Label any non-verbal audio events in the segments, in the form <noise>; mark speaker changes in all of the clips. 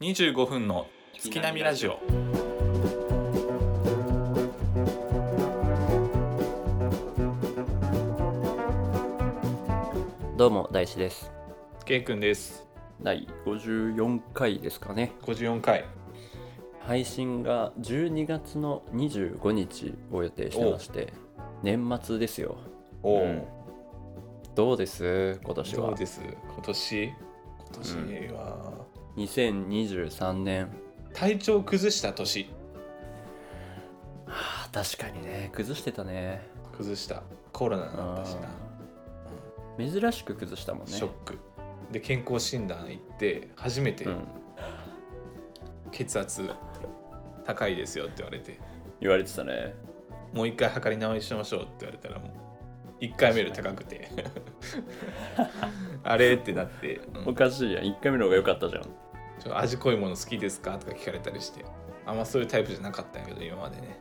Speaker 1: 25分の月並みラジオ
Speaker 2: どうも大志です。
Speaker 1: けいくんです
Speaker 2: 第54回ですかね。
Speaker 1: 54回
Speaker 2: 配信が12月の25日を予定してまして、年末ですよ。
Speaker 1: おお、
Speaker 2: うんどうです今年
Speaker 1: どう
Speaker 2: は。
Speaker 1: です今年今年は、
Speaker 2: 2023年。
Speaker 1: 体調崩した年
Speaker 2: はあ、確かにね、崩してたね。
Speaker 1: 崩したコロナだったしな、
Speaker 2: うん珍しく崩したもんね。
Speaker 1: ショックで健康診断行って初めて
Speaker 2: うん、
Speaker 1: 血圧高いですよって言われて、
Speaker 2: 言われてたね。
Speaker 1: もう一回測り直しましょうって言われたらもう1回目より高く <laughs> てあれってなって、うん
Speaker 2: おかしいやん。1回目の方が良かったじゃん。
Speaker 1: ちょ味濃いもの好きですかとか聞かれたりしてあんまそういうタイプじゃなかったんやけど今までね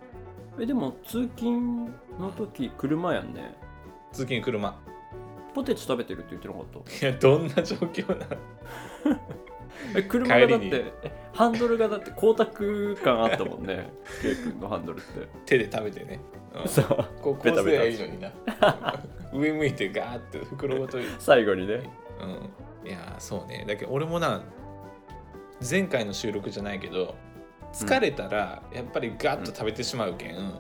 Speaker 2: え、でも通勤の時、車やんね。
Speaker 1: 通勤車
Speaker 2: ポテチ食べてるって言ってなかった
Speaker 1: いやどんな状況なの
Speaker 2: え車がだ
Speaker 1: 帰
Speaker 2: っ
Speaker 1: りに
Speaker 2: てえハンドルがだって光沢感あったもん <laughs> ね K 君のハンドルって
Speaker 1: 手で食べてね、うん
Speaker 2: <laughs> そう
Speaker 1: こうこうすればいいのにな
Speaker 2: <laughs>
Speaker 1: 上向いてガーって袋ごとうん
Speaker 2: 最後にね
Speaker 1: いやーそうねだけど俺もな前回の収録じゃないけど疲れたらやっぱりガッと食べてしまうけん、
Speaker 2: うん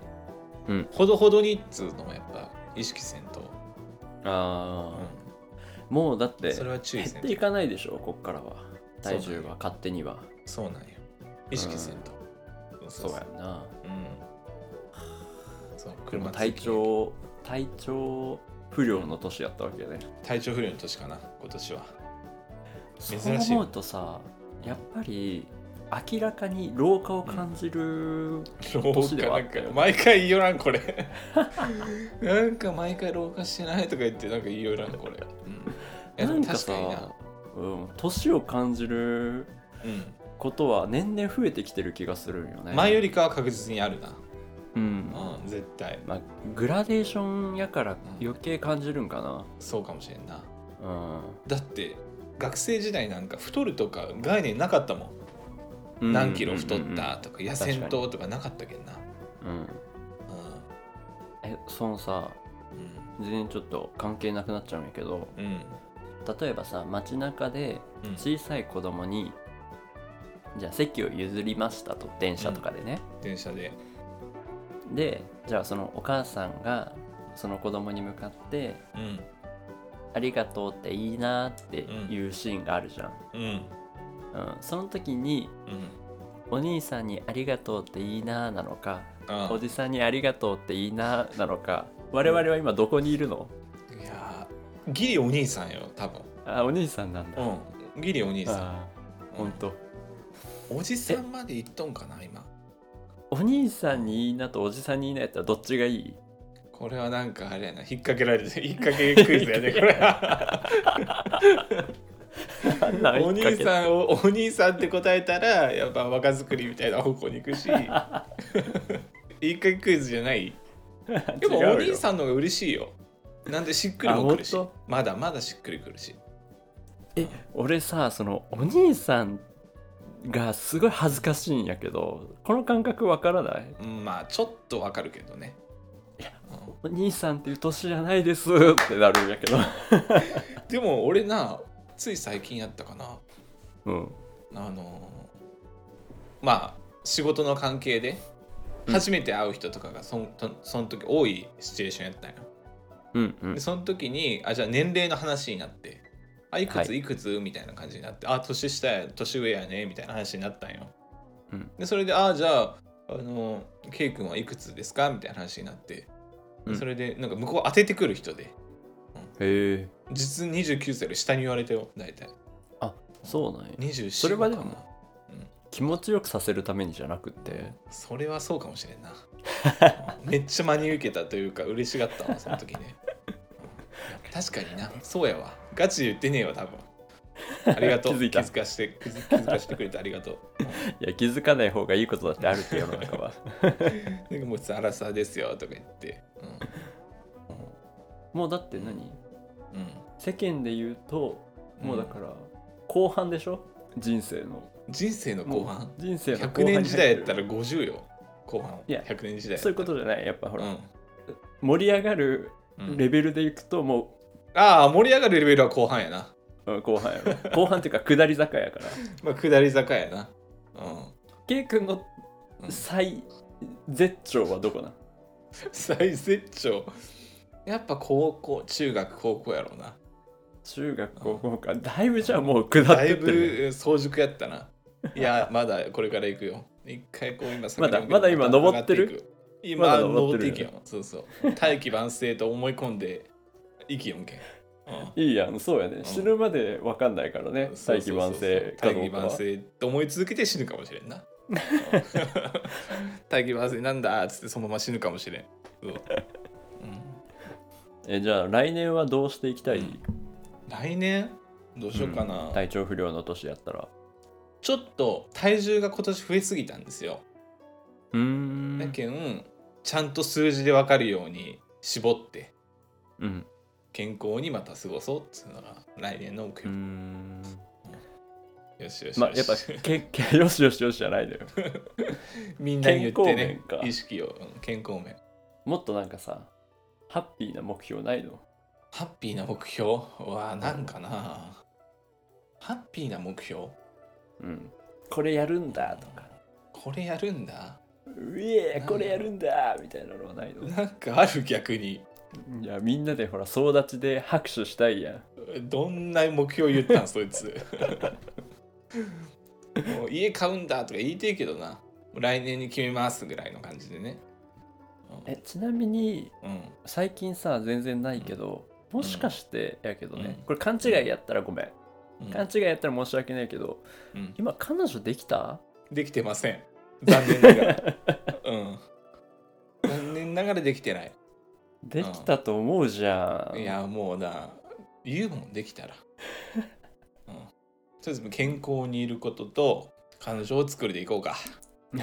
Speaker 1: ほどほどにっつうのもやっぱ意識せんと、
Speaker 2: ああ、
Speaker 1: う
Speaker 2: もうだって
Speaker 1: ん、それは注意
Speaker 2: 減
Speaker 1: せん
Speaker 2: っ
Speaker 1: と
Speaker 2: ていかないでしょこっからは体重
Speaker 1: そうだ
Speaker 2: は勝手には
Speaker 1: そうなんよ意識せんと、
Speaker 2: そうやんな
Speaker 1: うん。そう、
Speaker 2: でも
Speaker 1: 車
Speaker 2: 体調体調不良の年やったわけね
Speaker 1: 体調不良の年かな、今年は。
Speaker 2: そ
Speaker 1: 珍しいう
Speaker 2: 思うとさやっぱり明らかに老化を感じる、
Speaker 1: 老化
Speaker 2: 年ではあ
Speaker 1: なん
Speaker 2: っ
Speaker 1: か
Speaker 2: たよ、
Speaker 1: 毎回言いよらん、これ。 <laughs> なんか毎回老化してないとか言って、なんか言いよらん、これ。うん。いや、で
Speaker 2: な
Speaker 1: も
Speaker 2: んか
Speaker 1: 確
Speaker 2: さ
Speaker 1: かにな。
Speaker 2: うん、年を感じる
Speaker 1: うん。
Speaker 2: ことは年々増えてきてる気がするんよね
Speaker 1: 前よりかは確実にあるな。
Speaker 2: うん
Speaker 1: うん、絶対。
Speaker 2: まあ、グラデーションやから余計感じるんか
Speaker 1: そうかもしれんな。
Speaker 2: な
Speaker 1: だって、学生時代なんか太るとか概念なかったもん。
Speaker 2: うん
Speaker 1: 何キロ太ったとか、痩せんととかなかったけんな。
Speaker 2: うん、うんうん
Speaker 1: う
Speaker 2: えそのさ
Speaker 1: ん。
Speaker 2: 全然ちょっと関係なくなっちゃうんやけど
Speaker 1: うん。うん。
Speaker 2: 例えばさ街中で
Speaker 1: うん
Speaker 2: 小さい子供に、じゃあ席を譲りましたと電車とかでね、
Speaker 1: 電車で。
Speaker 2: でじゃあそのお母さんがその子供に向かって
Speaker 1: うん。
Speaker 2: 「ありがとうっていいな」っていうシーンがあるじゃん、
Speaker 1: うん。
Speaker 2: うん、その時に
Speaker 1: うん。
Speaker 2: お兄さんに「ありがとうっていいな」なのか
Speaker 1: ああ
Speaker 2: おじさんにありがとうっていいななのか我々は今どこにいるの
Speaker 1: いやーギリお兄さんよ多分
Speaker 2: あお兄さんなんだ、
Speaker 1: うんギリお兄さ
Speaker 2: あ
Speaker 1: ん
Speaker 2: ーほんと
Speaker 1: うんおじさんまで行っとんかな今
Speaker 2: お兄さんにいいなとおじさんにいいなやったらどっちがい <laughs> い
Speaker 1: これはなんかあれやな引っ掛けられて
Speaker 2: <laughs>
Speaker 1: 引っ掛けクイズやねこれお兄
Speaker 2: ん
Speaker 1: さんをお兄さんって答えたらやっぱ若作りみたいな方向に行く
Speaker 2: <laughs>
Speaker 1: し引っ掛けクイズじゃないでもお兄
Speaker 2: ん
Speaker 1: さんの方が嬉しいよなんでしっくりもくるし
Speaker 2: あほんと
Speaker 1: まだまだしっくりくるし
Speaker 2: え俺さそのお兄さんがすごい恥ずかしいんやけどこの感覚わからない
Speaker 1: うんまあちょっとわかるけどねうん
Speaker 2: お兄さんっていう年じゃないですってなるんやけど
Speaker 1: でも俺なつい最近やったかな
Speaker 2: <laughs> うん
Speaker 1: あのーまあ仕事の関係で
Speaker 2: うん
Speaker 1: 初めて会う人とかがそんとその時多いシチュエーションやったんよ
Speaker 2: うんうん
Speaker 1: でその時にあじゃあ年齢の話になってあいくつ
Speaker 2: はい
Speaker 1: いくつ、みたいな感じになってあ年下や年上やねみたいな話になったんよ、
Speaker 2: うん
Speaker 1: でそれであじゃああのー K 君はいくつですかみたいな話になって、
Speaker 2: うん
Speaker 1: それでなんか向こう当ててくる人で
Speaker 2: へえ
Speaker 1: 実に29歳より下に言われたよ大体
Speaker 2: そうなんや
Speaker 1: 24
Speaker 2: それはでも
Speaker 1: かな
Speaker 2: 気持ちよくさせるためにじゃなくって
Speaker 1: それはそうかもしれん
Speaker 2: <laughs>
Speaker 1: なめっちゃ真に受けたというか嬉しがったわその時ね確かになそうやわガチで言ってねえわ多分ありがとう
Speaker 2: <laughs> 気づいた
Speaker 1: 気づかして気づ気づかしてくれてありがとう
Speaker 2: いや気づかない方がいいことだってあるって世の中は
Speaker 1: なんかもうさ荒さですよとか言って
Speaker 2: もうだって何
Speaker 1: うん、うん
Speaker 2: 世間で言うと
Speaker 1: うん
Speaker 2: もうだから後半でしょ人生の
Speaker 1: 人生の後半
Speaker 2: 人生の後半
Speaker 1: 100
Speaker 2: に入
Speaker 1: 年
Speaker 2: ってる
Speaker 1: 時代やったら50よ後半
Speaker 2: いや
Speaker 1: 100年時代
Speaker 2: そういうことじゃないやっぱほら、
Speaker 1: うん
Speaker 2: 盛り上がる
Speaker 1: うん
Speaker 2: レベルでいくとも
Speaker 1: ああ盛り上がるレベルは後半やな
Speaker 2: う、うん後半や
Speaker 1: <laughs>
Speaker 2: ろ後半っていうか下り坂やから
Speaker 1: まあ下り坂やなうん
Speaker 2: K 君の
Speaker 1: うん
Speaker 2: 最絶頂はどこなん
Speaker 1: 最絶頂やっぱ高校中学高校やろうな
Speaker 2: 中学高校かだいぶじゃあもう下っ
Speaker 1: だ
Speaker 2: て
Speaker 1: い
Speaker 2: ってるね
Speaker 1: ぶ早熟やったないやまだこれから行くよ一回こう今
Speaker 2: まだ
Speaker 1: 遡
Speaker 2: まだ今登ってる
Speaker 1: 上がいく今、
Speaker 2: まだ登
Speaker 1: 登
Speaker 2: っ
Speaker 1: ってて
Speaker 2: る
Speaker 1: いくよそうそう大器晩成と思い込んで生きよんけん、うん
Speaker 2: いいやんそうやね、死ぬまで分かんないからね
Speaker 1: そう
Speaker 2: 大
Speaker 1: そ
Speaker 2: 器
Speaker 1: うそう
Speaker 2: 晩成か
Speaker 1: 大
Speaker 2: ど
Speaker 1: 器
Speaker 2: うか
Speaker 1: 晩
Speaker 2: は
Speaker 1: 成って思い続けて死ぬかもしれんな大器晩成なんだっつってそのまま死ぬかもしれんそううん
Speaker 2: えじゃあ来年はどうしていきたい、
Speaker 1: うん来年どうしようかな、
Speaker 2: 体調不良の年やったら
Speaker 1: ちょっと体重が今年増えすぎたんですよ、
Speaker 2: うーん
Speaker 1: だけんちゃんと数字で分かるように絞って
Speaker 2: うん
Speaker 1: 健康にまた過ごそうっつうのが来年の目
Speaker 2: うー
Speaker 1: 標、
Speaker 2: ん
Speaker 1: よしよしよし、
Speaker 2: まあやっぱけけ <laughs> よしよしよしじゃないのよ
Speaker 1: みんなに言ってね
Speaker 2: 健康面か
Speaker 1: 意識をうん健康面
Speaker 2: もっとなんかさハッピーな目標ないの
Speaker 1: ハッピーな目標はなんかなハッピーな目標
Speaker 2: うんこれやるんだとか
Speaker 1: これやるんだ
Speaker 2: うえーこれやるんだみたいなのはないの
Speaker 1: なんかある逆に
Speaker 2: いやみんなでほら総立ちで拍手したいやん
Speaker 1: どんな目標言ったんそいつもう家買うんだとか言いてえけどな来年に決めますぐらいの感じでね
Speaker 2: えちなみに
Speaker 1: うん
Speaker 2: 最近さ全然ないけどもしかしてやけどね、
Speaker 1: うん
Speaker 2: これ勘違いやったらごめん、
Speaker 1: うん
Speaker 2: 勘違いやったら申し訳ないけど
Speaker 1: うん
Speaker 2: 今彼女できた
Speaker 1: できてません残念ながらうん残念ながらできてない
Speaker 2: できたと思うじゃん、
Speaker 1: いやもうな言うもんできたら、うん、とりあえず健康にいることと彼女を作りでいこうか、う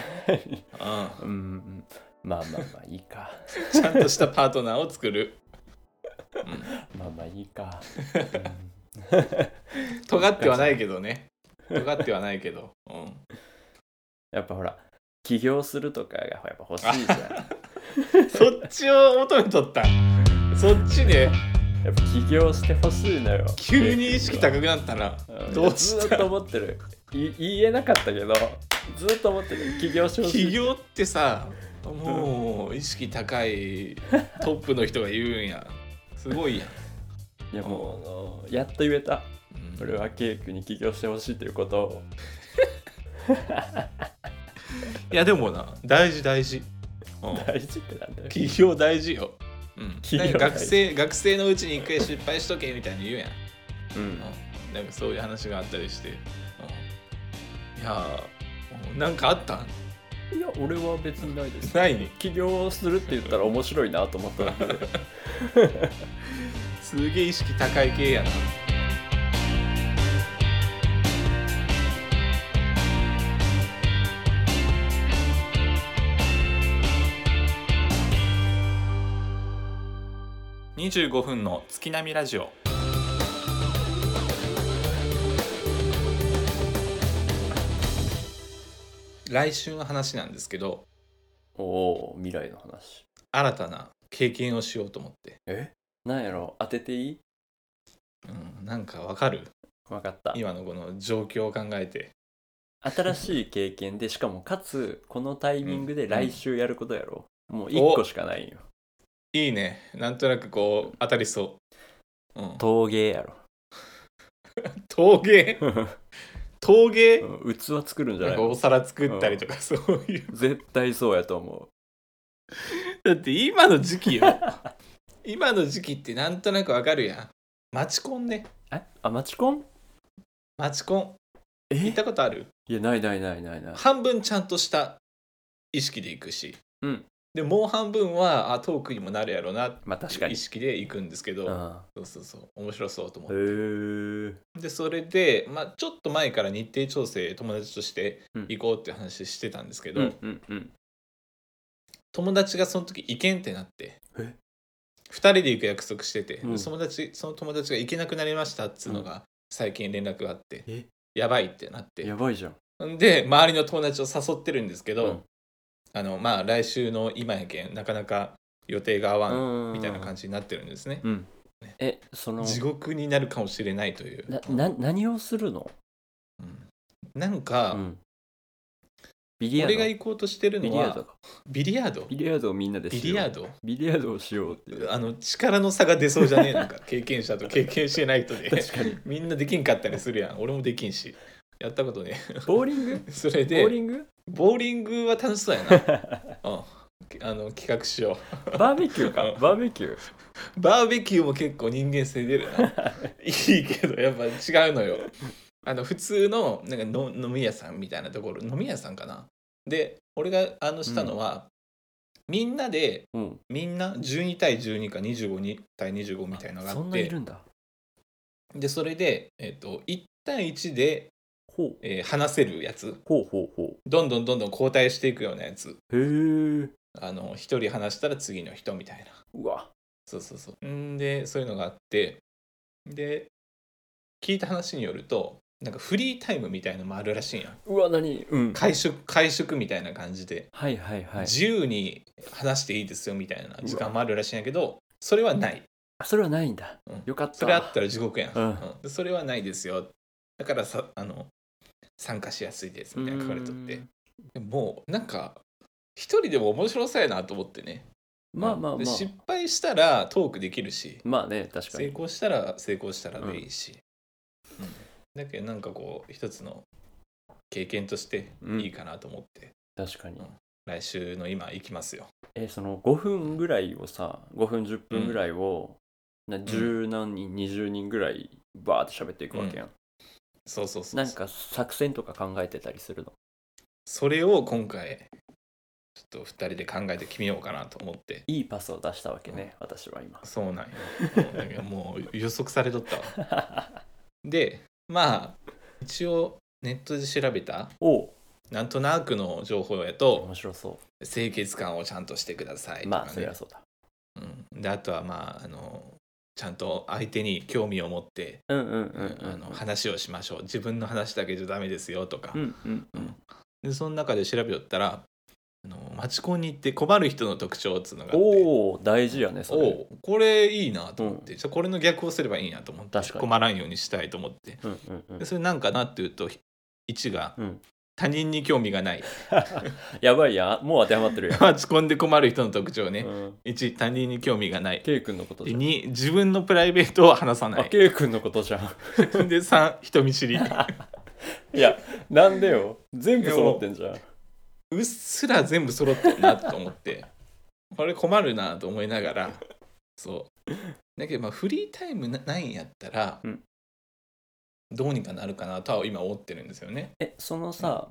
Speaker 2: うんうんまあまあまあいいか
Speaker 1: ん、ちゃんとしたパートナーを作る、う
Speaker 2: まあまあいいか、
Speaker 1: ん、尖ってはないけどね尖ってはないけど、うん、
Speaker 2: やっぱほら起業するとかがやっぱ欲し
Speaker 1: <laughs>
Speaker 2: いじゃんや
Speaker 1: そっちを求めとったそっちね
Speaker 2: っぱ起業して欲しいのよ
Speaker 1: 急に意識高くなったなど
Speaker 2: ど
Speaker 1: う
Speaker 2: う
Speaker 1: し
Speaker 2: ず
Speaker 1: た
Speaker 2: ーっと思ってるい言えなかったけどずーっと思ってる起業してほしい
Speaker 1: 起業ってさもう意識高いトップの人が言うんやすごいやん、
Speaker 2: いやもうあのやっと言えた
Speaker 1: うん
Speaker 2: 俺はケイ君に起業してほしいということを
Speaker 1: いやでもな大事大事、うん
Speaker 2: 大事ってなんだよ
Speaker 1: 企業大事よ、うん、
Speaker 2: 企
Speaker 1: なん
Speaker 2: 業大
Speaker 1: か学
Speaker 2: 事
Speaker 1: 生学生のうちに一回失敗しとけみたいに言うやん、
Speaker 2: うん
Speaker 1: うん、なんかそういう話があったりして、うん、いやーなんかあったん
Speaker 2: いや俺は別にないです
Speaker 1: ないに
Speaker 2: 起業するって言ったら面白いなと思っただけです
Speaker 1: げえ意識高い系やな25分の月並みラジオ来週の話なんですけど
Speaker 2: おお未来の話
Speaker 1: 新たな経験をしようと思って、
Speaker 2: えなんやろ当てていい
Speaker 1: うん、なんかわかる
Speaker 2: 分かった
Speaker 1: 今のこの状況を考えて
Speaker 2: 新しい経験でしかもかつこのタイミングで来週やることやろ、もう1個しかないんよ
Speaker 1: いいねなんとなくこう当たりそう、うん、
Speaker 2: 陶芸
Speaker 1: <laughs>
Speaker 2: やろ
Speaker 1: 陶芸陶芸
Speaker 2: うん器作るんじゃ
Speaker 1: な
Speaker 2: なんい
Speaker 1: かお
Speaker 2: の
Speaker 1: 皿作ったりとかそういう
Speaker 2: 絶対そうやと思
Speaker 1: だって今の時期よ <laughs> 今の時期ってなんとなくわかるやんマチコンね
Speaker 2: うえあマチコン
Speaker 1: マチコン行
Speaker 2: え
Speaker 1: ったことある
Speaker 2: いやないないないないない
Speaker 1: 半分ちゃんとした意識で行くし、
Speaker 2: うん
Speaker 1: でもう半分はあトークにもなるやろなって
Speaker 2: まあ確か
Speaker 1: 意
Speaker 2: に
Speaker 1: 識で行くんですけど、
Speaker 2: うん
Speaker 1: そうそうそう面白そうと思って
Speaker 2: へー
Speaker 1: でそれで、まあ、ちょっと前から日程調整友達として行こうって話してたんですけど、
Speaker 2: うんうんうん
Speaker 1: 友達がその時行けんってなって
Speaker 2: え
Speaker 1: 2人で行く約束してて、
Speaker 2: うん
Speaker 1: その友達その友達が行けなくなりましたっつうのが最近連絡があって、
Speaker 2: え
Speaker 1: やばいってなって
Speaker 2: やばいじゃん
Speaker 1: んで周りの友達を誘ってるんですけど、
Speaker 2: うん
Speaker 1: あのまあ来週の今やけんなかなか予定が合わん
Speaker 2: うん
Speaker 1: みたいな感じになってるんですね、
Speaker 2: うんえその
Speaker 1: 地獄になるかもしれないという
Speaker 2: なな何をするの、
Speaker 1: うんなん
Speaker 2: う
Speaker 1: か、
Speaker 2: ん、ビリヤード
Speaker 1: 俺が行こうとしてる
Speaker 2: ビ
Speaker 1: の
Speaker 2: リヤード
Speaker 1: は
Speaker 2: か
Speaker 1: ビリヤード
Speaker 2: ビリヤードをみんなで
Speaker 1: ビ
Speaker 2: し
Speaker 1: リ
Speaker 2: よ
Speaker 1: ヤ
Speaker 2: う
Speaker 1: ード
Speaker 2: ビリヤードをしようっていう
Speaker 1: あの力の差が出そうじゃねえの
Speaker 2: <laughs>
Speaker 1: か経験者と経験してない人で
Speaker 2: 確かに
Speaker 1: みんなできんかったりするやん俺もできんしやったことね
Speaker 2: ボーリング <laughs>
Speaker 1: それ
Speaker 2: ボ
Speaker 1: で
Speaker 2: ーリング
Speaker 1: ボーリングは楽しそうやな、
Speaker 2: <laughs>
Speaker 1: うん、あの企画しよ
Speaker 2: バーベキューかバーベキュー
Speaker 1: うバーベキューも結構人間性出
Speaker 2: <laughs>
Speaker 1: るないいけどやっぱ違うのよあの普通のなんかの飲み屋さんみたいなところ飲み屋さんかなで俺があのしたのは、みんなで
Speaker 2: うん
Speaker 1: みんな12対12か25対25みたいなのがあ
Speaker 2: そん
Speaker 1: っ
Speaker 2: ない
Speaker 1: て
Speaker 2: るんだ
Speaker 1: でそれで、えっと1対1で、
Speaker 2: ほう
Speaker 1: えー話せるやつ
Speaker 2: ほうほうほ
Speaker 1: どんどんどんどん交代していくようなやつ
Speaker 2: うへえ
Speaker 1: あの1人話したら次の人みたいな
Speaker 2: うわ
Speaker 1: そうそうそうんでそういうのがあってで聞いた話によるとなんかフリータイムみたいのもあるらしいんや
Speaker 2: うわ何うん
Speaker 1: 会食会食みたいな感じで、
Speaker 2: はいはいはい
Speaker 1: 自由に話していいですよみたいな時間もあるらしいんやけどそれはない
Speaker 2: あそれはないんだ、
Speaker 1: うん
Speaker 2: よかった
Speaker 1: それあったら地獄やん、
Speaker 2: うん
Speaker 1: うんそれはないですよだからさあの参加しやすいですみたいな書かれとって
Speaker 2: うん
Speaker 1: でもうなんか一人でも面白そうやなと思ってね
Speaker 2: まあまあ
Speaker 1: で
Speaker 2: ま
Speaker 1: 失敗したらトークできるし
Speaker 2: あまあね確か
Speaker 1: 成
Speaker 2: に
Speaker 1: 功したら成功したらでいいし、うんだけどなんかこう一つの経験としていいかなと思って、
Speaker 2: 確かに
Speaker 1: 来週の今行きますよ
Speaker 2: えその5分ぐらいをさ5分10分ぐらいを、な十何人、20人ぐらいバーって喋っていくわけやん、
Speaker 1: そうそうそう
Speaker 2: なんか作戦とか考えてたりするの
Speaker 1: それを今回ちょっと二人で考えて決めようかなと思って
Speaker 2: いいパスを出したわけね、私は今
Speaker 1: そうなんようんだけどもう予測されとったわでまあ一応ネットで調べた
Speaker 2: おう
Speaker 1: なんとなくの情報やと
Speaker 2: 面白そ
Speaker 1: 清潔感をちゃんとしてくださいとか、
Speaker 2: う
Speaker 1: ね
Speaker 2: まあそりゃそうだ
Speaker 1: うん、であとはまああのちゃんと相手に興味を持って、
Speaker 2: うんうんうんうん
Speaker 1: あの話をしましょう自分の話だけじゃダメですよとか、
Speaker 2: うんうんうん
Speaker 1: でその中で調べとったらあの町コンに行って困る人の特徴っつうのがあって
Speaker 2: おお大事やねそ
Speaker 1: お
Speaker 2: れ
Speaker 1: うこれいいなと思って、じゃあこれの逆をすればいいなと思って
Speaker 2: 確かに
Speaker 1: 困らんようにしたいと思って
Speaker 2: うんうんうん
Speaker 1: でそれなんかなっていうと1が
Speaker 2: うん、
Speaker 1: 他人に興味がない <laughs>
Speaker 2: やばいやんもう当てはまってるやん、
Speaker 1: 町コンで困る人の特徴ね、
Speaker 2: うん、
Speaker 1: 1他人に興味がない
Speaker 2: ケイ君のことじゃん
Speaker 1: 2自分のプライベートを話さな
Speaker 2: <laughs> あ
Speaker 1: い
Speaker 2: ケイ君のことじゃん
Speaker 1: で3人見知り
Speaker 2: いや、なんでよ。全部揃ってんじゃん。
Speaker 1: うっすら全部揃ってるなと思って <laughs> これ困るなと思いながらそうだけどまあフリータイムなないんやったら、
Speaker 2: うん
Speaker 1: どうにかなるかなとは今思ってるんですよね
Speaker 2: え、そのさ、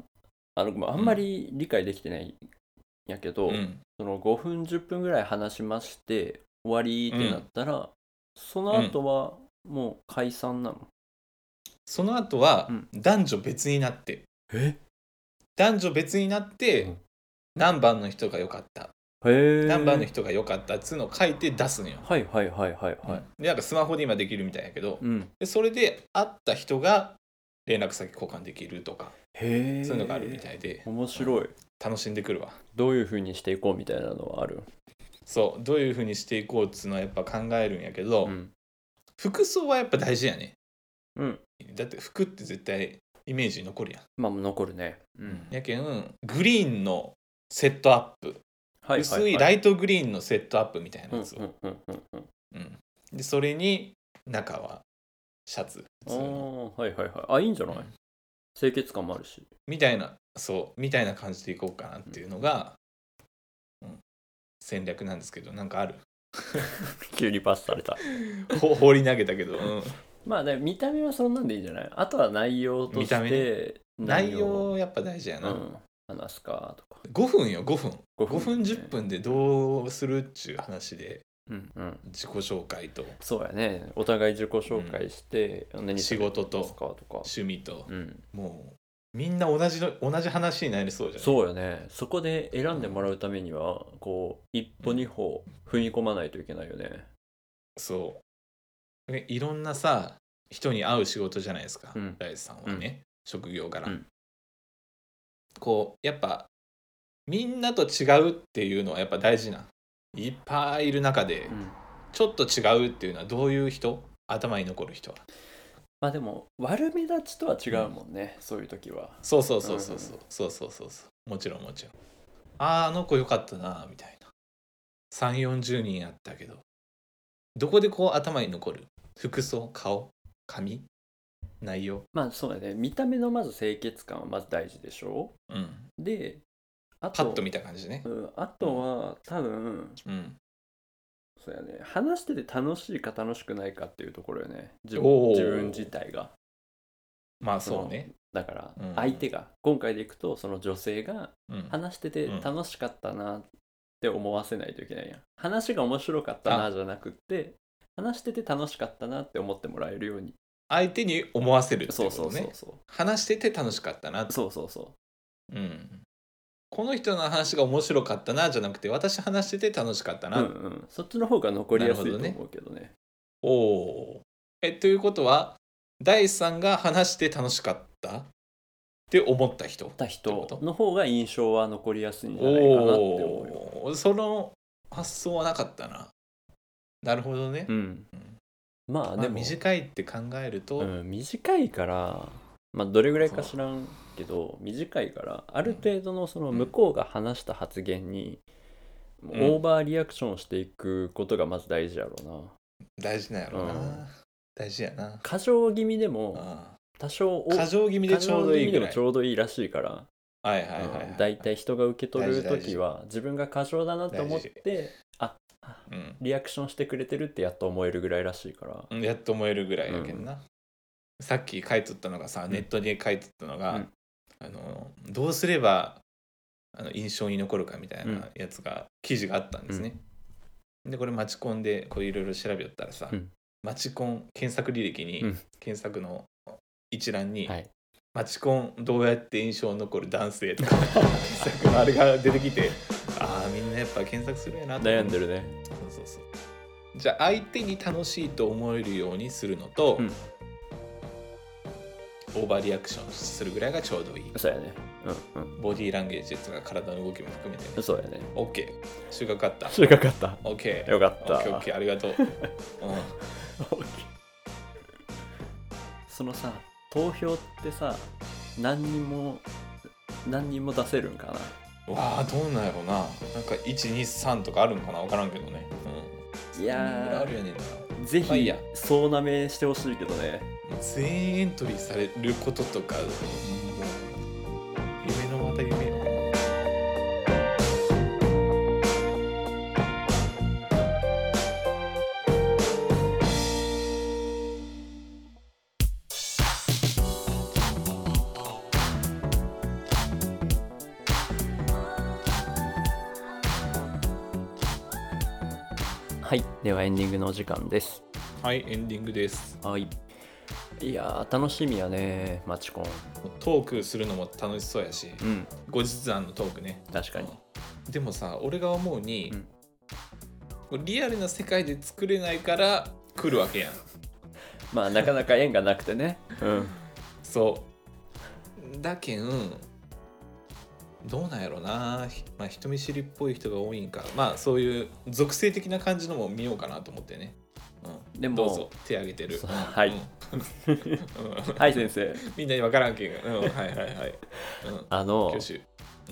Speaker 2: あの、ごめんあんまり理解できてないんやけど、
Speaker 1: うん
Speaker 2: その5分、10分ぐらい話しまして、終わりってなったら、その後はもう解散なの。
Speaker 1: その後は
Speaker 2: うん
Speaker 1: 男女別になって
Speaker 2: え
Speaker 1: 男女別になって、
Speaker 2: うん
Speaker 1: 何番の人が良かった
Speaker 2: へぇ
Speaker 1: 何番の人が良かったっつうのを書いて出すのよ、
Speaker 2: はいはいはいはいはい。
Speaker 1: でなんかスマホで今できるみたいやけど、
Speaker 2: うん。
Speaker 1: でそれで会った人が連絡先交換できるとか
Speaker 2: へぇ
Speaker 1: そういうのがあるみたいで
Speaker 2: 面白い。
Speaker 1: 楽しんでくるわ
Speaker 2: どういうふうにしていこうみたいなのはある。
Speaker 1: そうどういう風にしていこうっつうのはやっぱ考えるんやけど、
Speaker 2: うん。
Speaker 1: 服装はやっぱ大事やね
Speaker 2: うん。
Speaker 1: だって服って絶対イメージ残るや、
Speaker 2: まあ、残るね。うん
Speaker 1: やけんグリーンのセットアップ、
Speaker 2: は
Speaker 1: 薄いライトグリーンのセットアップみたいな
Speaker 2: うん
Speaker 1: や
Speaker 2: う
Speaker 1: つを、
Speaker 2: んうんうんうん。
Speaker 1: うんでそれに中はシャツ普
Speaker 2: あ
Speaker 1: 通
Speaker 2: あ
Speaker 1: の
Speaker 2: ーはいはいはいあいいんじゃない、
Speaker 1: うん
Speaker 2: 清潔感もあ
Speaker 1: <laughs>
Speaker 2: るし
Speaker 1: みたいなそうみたいな感じでいこうかなっていうのが、うん戦略なんですけどなんかあ <laughs> る
Speaker 2: 急にパスされた
Speaker 1: ほ放り投げたけど、うん
Speaker 2: まあね見た目はそんなんでいいんじゃないあとは内容と
Speaker 1: 見
Speaker 2: して
Speaker 1: た目ね内容やっぱ大事や
Speaker 2: う
Speaker 1: な、
Speaker 2: ん話すかとか
Speaker 1: 5分よ5分
Speaker 2: 5
Speaker 1: 5分10分でどうするっちゅう話で
Speaker 2: うんうん
Speaker 1: 自己紹介と
Speaker 2: そうやねお互い自己紹介して、何
Speaker 1: 仕事と
Speaker 2: ですかとか、
Speaker 1: 趣味と
Speaker 2: うん、
Speaker 1: もうみんな同じの同じ話になりそうじゃん
Speaker 2: そうやねそこで選んでもらうためにはこう一歩二歩踏み込まないといけないよね
Speaker 1: そうねいろんなさ人に会う仕事じゃないですか、
Speaker 2: うん
Speaker 1: 大地さんはね、職業から、
Speaker 2: うん
Speaker 1: こうやっぱみんなと違うっていうのはやっぱ大事ないっぱいいる中で
Speaker 2: うん
Speaker 1: ちょっと違うっていうのはどういう人頭に残る人は
Speaker 2: まあでも悪目立ちとは違うもんね、そういう時は
Speaker 1: そうそうそうそうそうそうそうそうそうもちろんもちろんあーあの子良かったなみたいな3 4 0人あったけどどこでこう頭に残る服装顔髪内容
Speaker 2: まあそうだね見た目のまず清潔感はまず大事でしょ
Speaker 1: うん
Speaker 2: であ
Speaker 1: パ
Speaker 2: と
Speaker 1: ッと見た感じね
Speaker 2: うん、あとは多分
Speaker 1: うん
Speaker 2: そうやね話してて楽しいか楽しくないかっていうところよね自
Speaker 1: おー
Speaker 2: 分自分自体が
Speaker 1: まあそうね
Speaker 2: だから
Speaker 1: うん
Speaker 2: 相手が、今回でいくとその女性が
Speaker 1: うん
Speaker 2: 話してて楽しかったなって思わせないといけないやん話が面白かったなじゃなくって話してて楽しかったなって思ってもらえるように
Speaker 1: 相手に思わせるって
Speaker 2: そ
Speaker 1: いうう
Speaker 2: そ
Speaker 1: こ
Speaker 2: う
Speaker 1: と
Speaker 2: そう
Speaker 1: ね
Speaker 2: そう
Speaker 1: 話してて楽しかったなと
Speaker 2: そうそうそ
Speaker 1: うんこの人の話が面白かったなじゃなくて私話してて楽しかった
Speaker 2: うう
Speaker 1: な、
Speaker 2: んうんそっちの方が残りやすいと
Speaker 1: なる
Speaker 2: 思うけどね
Speaker 1: おおえということは第三が話して楽しかったって思った人
Speaker 2: た人
Speaker 1: ってこと
Speaker 2: の方が印象は残りやすいんじゃないかなって思うよ
Speaker 1: おおその発想はなかったななるほどね、
Speaker 2: うん
Speaker 1: うん
Speaker 2: まあ
Speaker 1: ま
Speaker 2: で
Speaker 1: あ、
Speaker 2: も、
Speaker 1: 短いって考えると、
Speaker 2: うん、短いから、まあ、どれぐらいか知らんけど短いからある程度のその
Speaker 1: うん
Speaker 2: 向こうが話した発言にもう
Speaker 1: うん
Speaker 2: オーバーリアクションをしていくことがまず大事やろうな
Speaker 1: 大事なんやろうな、
Speaker 2: うん
Speaker 1: 大事やな、
Speaker 2: 過剰気味で
Speaker 1: う
Speaker 2: も
Speaker 1: ん
Speaker 2: 多少お
Speaker 1: 過剰気味でちょうどいいぐ
Speaker 2: 過剰気味で
Speaker 1: ら
Speaker 2: も
Speaker 1: い
Speaker 2: ちょうどいいらしいから
Speaker 1: はいはいはい、
Speaker 2: うん
Speaker 1: はい
Speaker 2: 大体人が受け取る
Speaker 1: 大事大
Speaker 2: 時
Speaker 1: 事
Speaker 2: は自分が過剰だなと思って
Speaker 1: うん
Speaker 2: リアクションしてくれてるってやっと思えるぐらいらしいから
Speaker 1: うんやっと思えるぐらいやけんな、さっき書いとったのがさ
Speaker 2: ん
Speaker 1: ネットに書いとったのが、
Speaker 2: うん
Speaker 1: あのどうすればあの印象に残るかみたいうなんやつが、記事があったんですね、でこれマチコンでこういろいろ調べよったらさ、
Speaker 2: うん
Speaker 1: マチコン検索履歴に、
Speaker 2: うん
Speaker 1: 検索の一覧に、
Speaker 2: はい
Speaker 1: マチコンどうやって印象に残る男性とか <laughs> 検索のあれが出てきてああみんなやっぱ検索するやなと思って
Speaker 2: 悩んでるね
Speaker 1: そうそうそうじゃあ相手に楽しいと思えるようにするのと、
Speaker 2: うん
Speaker 1: オーバーリアクションするぐらいがちょうどいい
Speaker 2: そうやねうんうん
Speaker 1: ボディーランゲージとか体の動きも含めてね
Speaker 2: そうやね <laughs>
Speaker 1: OK 収穫あった
Speaker 2: 収穫あった
Speaker 1: OK
Speaker 2: よかった
Speaker 1: OKOK ありがとう、
Speaker 2: <laughs> そのさ投票ってさ何人も何人も出せるんかな
Speaker 1: うん、わあどうなんやろうななんか123とかあるんかな分からんけどね、うん、
Speaker 2: いや
Speaker 1: あるやねんな
Speaker 2: ーぜ
Speaker 1: まあいい
Speaker 2: ひ
Speaker 1: や
Speaker 2: そうなめしてほしいけどね
Speaker 1: 全員エントリーされることとかもう夢のまた夢よ
Speaker 2: はいではエンディングのお時間です
Speaker 1: はいエンディングです
Speaker 2: はいいやー楽しみやねマチコン
Speaker 1: トークするのも楽しそうやし、
Speaker 2: うん
Speaker 1: 後日談のトークね
Speaker 2: 確かに
Speaker 1: でもさ俺が思うに
Speaker 2: うん、
Speaker 1: こうリアルな世界で作れないから来るわけやん
Speaker 2: まあなかなか縁がなくてねうん
Speaker 1: そうだけんどうなんやろな、ひまあ、人見知りっぽい人が多いんかまあそういう属性的な感じのも見ようかなと思ってね、うん、
Speaker 2: でも
Speaker 1: どうぞ手挙げてる
Speaker 2: そう
Speaker 1: うん
Speaker 2: はい
Speaker 1: うんうん
Speaker 2: はい先生
Speaker 1: みんなに分からんけん、うん、はいはいはい、うん、
Speaker 2: あの
Speaker 1: 挙手、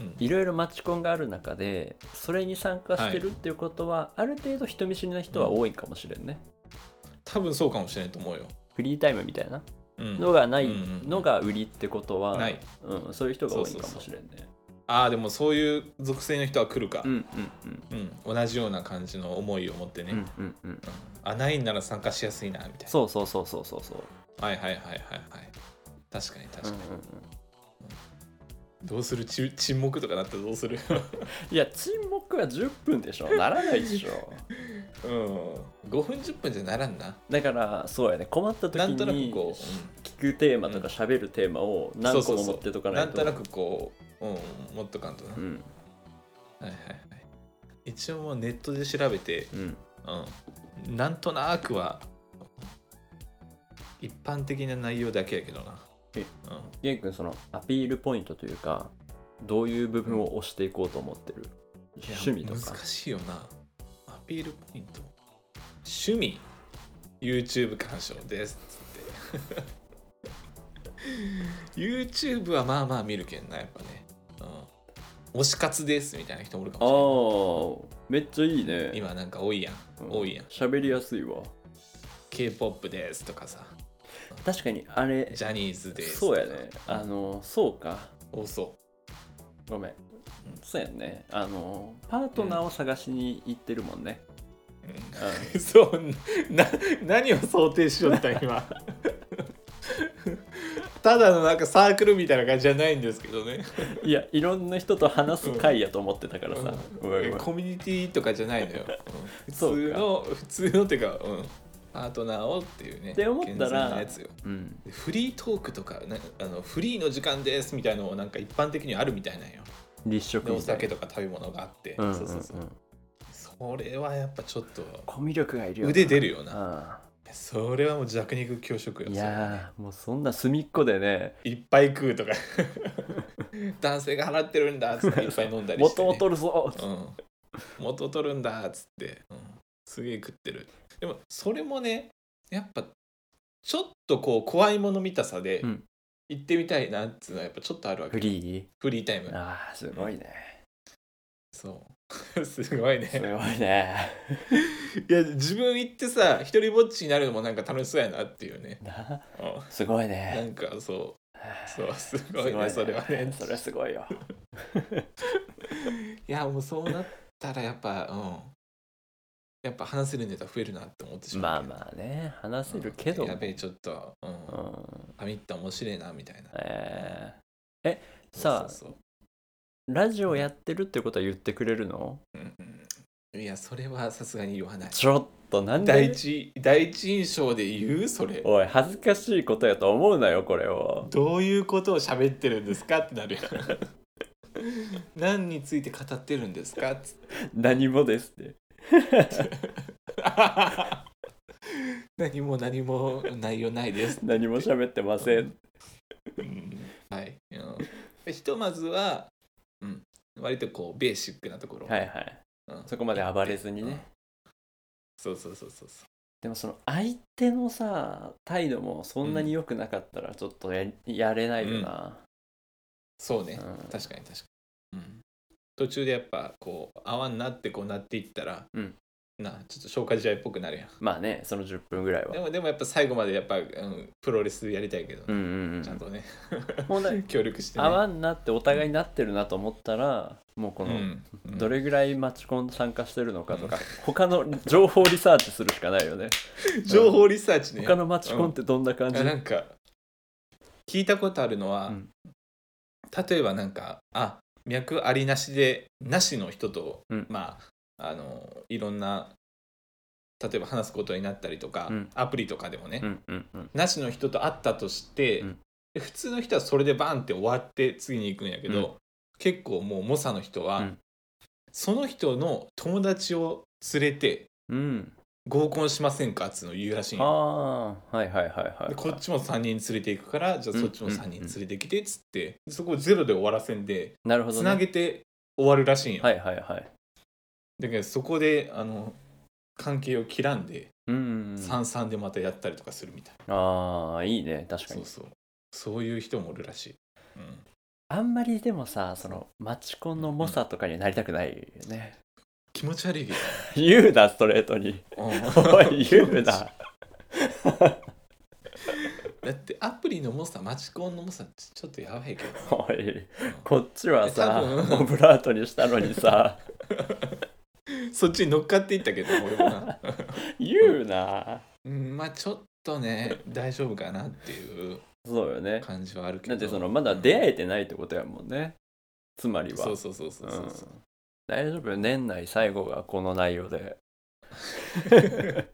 Speaker 1: うん、
Speaker 2: いろいろマチコンがある中でそれに参加してるっていうことは、ある程度人見知りな人は多いかもしれんね、
Speaker 1: 多分そうかもしれんと思うよ、
Speaker 2: フリータイムみたいな
Speaker 1: うん、
Speaker 2: のがない
Speaker 1: うんうんうん
Speaker 2: のが売りってことは、
Speaker 1: ない
Speaker 2: うん、そういう人が多いかもしれんね
Speaker 1: ああでもそういう属性の人は来るか、
Speaker 2: うんうんうん
Speaker 1: うん同じような感じの思いを持ってね、
Speaker 2: うんうんうん
Speaker 1: うんあないんなら参加しやすいなみたい
Speaker 2: そうそうそうそうそうそう
Speaker 1: なはいはいはいはいはい確かに確か
Speaker 2: うんう
Speaker 1: に、
Speaker 2: んうん
Speaker 1: どうするち沈黙とかなったらどうする
Speaker 2: いや沈黙は10分でしょならないでし
Speaker 1: <laughs>
Speaker 2: ょ
Speaker 1: うん5分10分じゃならんな
Speaker 2: だからそうやね困った時
Speaker 1: なんとなく
Speaker 2: に
Speaker 1: こう
Speaker 2: 聞くテーマとか喋るテーマを
Speaker 1: うん
Speaker 2: 何個
Speaker 1: そうそ
Speaker 2: も
Speaker 1: うそ
Speaker 2: 持
Speaker 1: う
Speaker 2: ってとかな
Speaker 1: ないん
Speaker 2: と
Speaker 1: となくこう、うん、持っとかんとな、は
Speaker 2: う
Speaker 1: い
Speaker 2: ん
Speaker 1: はいはい一応もうネットで調べて、
Speaker 2: うん
Speaker 1: うん、なんとなくは一般的な内容だけやけどな
Speaker 2: え
Speaker 1: うん
Speaker 2: 玄君そのアピールポイントというかどういう部分を押していこうと思ってる、
Speaker 1: いや
Speaker 2: 趣味とか
Speaker 1: 難しいよなアピールポイント趣味 YouTube 鑑賞ですっつって <laughs> YouTube はまあまあ見るけんなやっぱね、うん、推し活ですみたいな人もおるか
Speaker 2: あ
Speaker 1: も
Speaker 2: あめっちゃいい
Speaker 1: しれな
Speaker 2: ね
Speaker 1: い今なんか多いやん、
Speaker 2: うん
Speaker 1: 多いやん
Speaker 2: 喋りやすいわ
Speaker 1: k p o p ですとかさ
Speaker 2: 確かにあれ
Speaker 1: ジャニーズですと
Speaker 2: そ
Speaker 1: か
Speaker 2: うやねあのそうか
Speaker 1: 多そ
Speaker 2: ごめんそうやねあのパートナーを探しに行ってるもんね、
Speaker 1: う、うん <laughs>
Speaker 2: うん
Speaker 1: そうな何を想定しよった
Speaker 2: <laughs>
Speaker 1: 今ただのなんかサークルみたいな感じじゃないんですけどね
Speaker 2: いやいろんな人と話す会やと思ってたからさ、ごめんごめん
Speaker 1: コミュニティとかじゃないのよ、うん普
Speaker 2: <laughs> そう
Speaker 1: 通
Speaker 2: か
Speaker 1: の普通のっていうか、うん、パートナーをっていうね
Speaker 2: って思っ
Speaker 1: 健全
Speaker 2: たら
Speaker 1: なやつよ
Speaker 2: うん、
Speaker 1: でフリートークとかなあのフリーの時間ですみたいのをなんか一般的にはあるみたいなんよ
Speaker 2: 立食
Speaker 1: でお
Speaker 2: みたい
Speaker 1: 酒とか食べ物があって、
Speaker 2: なうんうん
Speaker 1: そう
Speaker 2: う
Speaker 1: そ
Speaker 2: ん
Speaker 1: うそうそれはやっぱちょっと
Speaker 2: コミュ力がいるよな
Speaker 1: 腕出るよな
Speaker 2: あ
Speaker 1: それはもう弱肉強食よ
Speaker 2: あいやーもうそんな隅っこでね
Speaker 1: いっぱい食うとか <laughs> 男性が払ってるんだっつっていっぱい飲んだりして、
Speaker 2: 元
Speaker 1: ね、
Speaker 2: を取るぞ
Speaker 1: うん、元取るんだっつって、うん、すげえ食ってるでもそれもねやっぱちょっとこう怖いもの見たさで
Speaker 2: うん
Speaker 1: 行ってみたいなっつうのはやっぱちょっとあるわけ、
Speaker 2: フリ
Speaker 1: フリータイ
Speaker 2: ー
Speaker 1: ム
Speaker 2: ああすごいね
Speaker 1: そう <laughs> すごい
Speaker 2: すご
Speaker 1: ね <laughs>
Speaker 2: いね
Speaker 1: いや自分行ってさ一人ぼっちになるのもなんか楽しそうやなっていうね、
Speaker 2: な
Speaker 1: う
Speaker 2: すごい
Speaker 1: ん、な
Speaker 2: ね
Speaker 1: んかそうそうすごい
Speaker 2: す
Speaker 1: ねそれはね
Speaker 2: それすごいよ
Speaker 1: いやもうそうなったらやっぱうんやっぱ話せるネタ増えるなって思ってしまう
Speaker 2: <laughs> まあ
Speaker 1: けど
Speaker 2: まあね話せるけど
Speaker 1: うんやべえちょっと、うん
Speaker 2: うん
Speaker 1: あみった面白いなみたいな
Speaker 2: えーえさあ
Speaker 1: そうそう
Speaker 2: ラジオやってるってことは言ってくれるの
Speaker 1: そううんうんいやそれはさすがに言わない
Speaker 2: ちょっとなん
Speaker 1: 第
Speaker 2: で
Speaker 1: 一第一印象で言うそれ
Speaker 2: おい恥ずかしいことやと思うなよこれを
Speaker 1: どういうことを喋ってるんですかってなるや
Speaker 2: <laughs>
Speaker 1: ん何について語ってるんですか <laughs> っつって
Speaker 2: 何もですって
Speaker 1: 何も何も内容ないです
Speaker 2: 何も喋ってません
Speaker 1: はい、うんひとまずは、うん、割とこうベーシックなところ、
Speaker 2: はいはい
Speaker 1: うん
Speaker 2: そこまで暴れずにね
Speaker 1: そうそうそうそうそ
Speaker 2: でもその相手のさ態度もそんなに良くなかったらちょっとややれないよな、
Speaker 1: うそうね、
Speaker 2: うん
Speaker 1: 確かに確かに、うん、途中でやっぱこう合わんなってこうなっていったら、
Speaker 2: うん
Speaker 1: なちょっと消化試合っぽくなるやん
Speaker 2: まあねその10分ぐらいは
Speaker 1: でもでもやっぱ最後までやっぱ、うん、プロレスやりたいけど、
Speaker 2: うんうんう
Speaker 1: ちゃん
Speaker 2: ん
Speaker 1: とね
Speaker 2: ほん
Speaker 1: <laughs>
Speaker 2: で
Speaker 1: 協力して、ね、
Speaker 2: 合わんなってお互いになってるなと思ったらもうこ
Speaker 1: う
Speaker 2: の、
Speaker 1: ん、うん
Speaker 2: どれぐらいマチコン参加してるのかとか、他の情報リサーチするしかないよね。
Speaker 1: 情報リサーチね
Speaker 2: 他のマチコンってどんな感じ、
Speaker 1: あなんか聞いたことあるのは、
Speaker 2: うん
Speaker 1: 例えばなんかあ脈ありなしでなしの人と、
Speaker 2: うん
Speaker 1: まああのいろんな例えば話すことになったりとか、
Speaker 2: うん
Speaker 1: アプリとかでもね、
Speaker 2: うんうんうん。
Speaker 1: なしの人と会ったとして、
Speaker 2: うん
Speaker 1: で普通の人はそれでバンって終わって次に行くんやけど、
Speaker 2: うん
Speaker 1: 結構もう猛者の人は、
Speaker 2: うん
Speaker 1: その人の友達を連れて
Speaker 2: うん。
Speaker 1: 合コンしませんかっつうのを言うらしいんよ
Speaker 2: ああ、はいはいはいはい。
Speaker 1: でこっちも3人連れていくからじゃあ
Speaker 2: うん
Speaker 1: そっちも3人連れてきてっつって、そこをゼロで終わらせんで
Speaker 2: なるほど、ね。
Speaker 1: つなげて終わるらしいんよ、
Speaker 2: はいはいはい。
Speaker 1: だけどそこであの関係を切らんで
Speaker 2: うんうんうん。
Speaker 1: 三々でまたやったりとかするみたいな、
Speaker 2: ああ、いいね、確
Speaker 1: そ
Speaker 2: か
Speaker 1: う
Speaker 2: に。
Speaker 1: そうそういう人もおるらしい、うん
Speaker 2: あんまりでもさ、そのマチコンの猛者とかになりたくないよね。
Speaker 1: 気持ち悪いけ
Speaker 2: 言うな、ストレートに。
Speaker 1: ど
Speaker 2: おい、言う
Speaker 1: <laughs>
Speaker 2: な。
Speaker 1: だってアプリの重さマチコンの重さってちょっとやばいけど
Speaker 2: おい、こっちはさ、
Speaker 1: 多分
Speaker 2: オブラートにしたのにさ、
Speaker 1: <laughs> そっちに乗っかっていったけど俺もな
Speaker 2: 言うな。
Speaker 1: うんまあちょっとね大丈夫かなっていう
Speaker 2: そうよね。
Speaker 1: 感じはあるけ
Speaker 2: だ
Speaker 1: ど
Speaker 2: ってそのまだ出会えてないってことやもんね。つまりは。
Speaker 1: そうそうそうそうそう
Speaker 2: うん
Speaker 1: そう、
Speaker 2: 大丈夫よ年内最後がこの内容で。
Speaker 1: <laughs>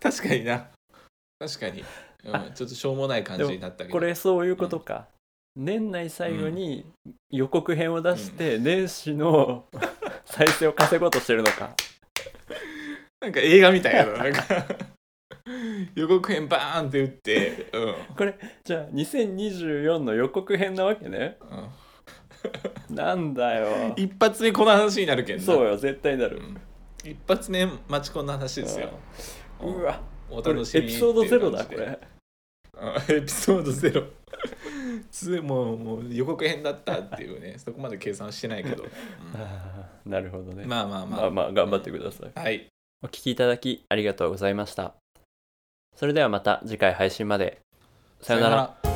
Speaker 1: 確かにな確かに、うん
Speaker 2: あ
Speaker 1: ちょっとしょうもない感じになったけど
Speaker 2: これそういうことか。年内最後に予告編を出して年
Speaker 1: <laughs>
Speaker 2: 始の再生を稼ごうとしてるのか。
Speaker 1: なんか映画みたいやろなんか予告編バーンって打って、うん。
Speaker 2: じゃあ2024の予告編なわけね
Speaker 1: うん
Speaker 2: なんだよ
Speaker 1: 一発目この話になるけんな
Speaker 2: そうよ絶対なる、
Speaker 1: うん一発目待ちこんな話ですよ。
Speaker 2: うんうわ
Speaker 1: お
Speaker 2: これエ
Speaker 1: 楽しみ
Speaker 2: ピソード
Speaker 1: ってい
Speaker 2: ゼ
Speaker 1: う
Speaker 2: ロ
Speaker 1: 感
Speaker 2: だ
Speaker 1: じ
Speaker 2: こ
Speaker 1: で
Speaker 2: れ
Speaker 1: うんエピソードゼロ。つもうもう予告編だったっていうね、そこまで計算してない
Speaker 2: <laughs>
Speaker 1: けど。うん
Speaker 2: あーなるほどね、ま
Speaker 1: まあまあま
Speaker 2: あ、ま
Speaker 1: あ。
Speaker 2: あ頑張ってください
Speaker 1: はい。
Speaker 2: お聞きいただきありがとうございましたそれではまた次回配信までさようなら
Speaker 1: ら。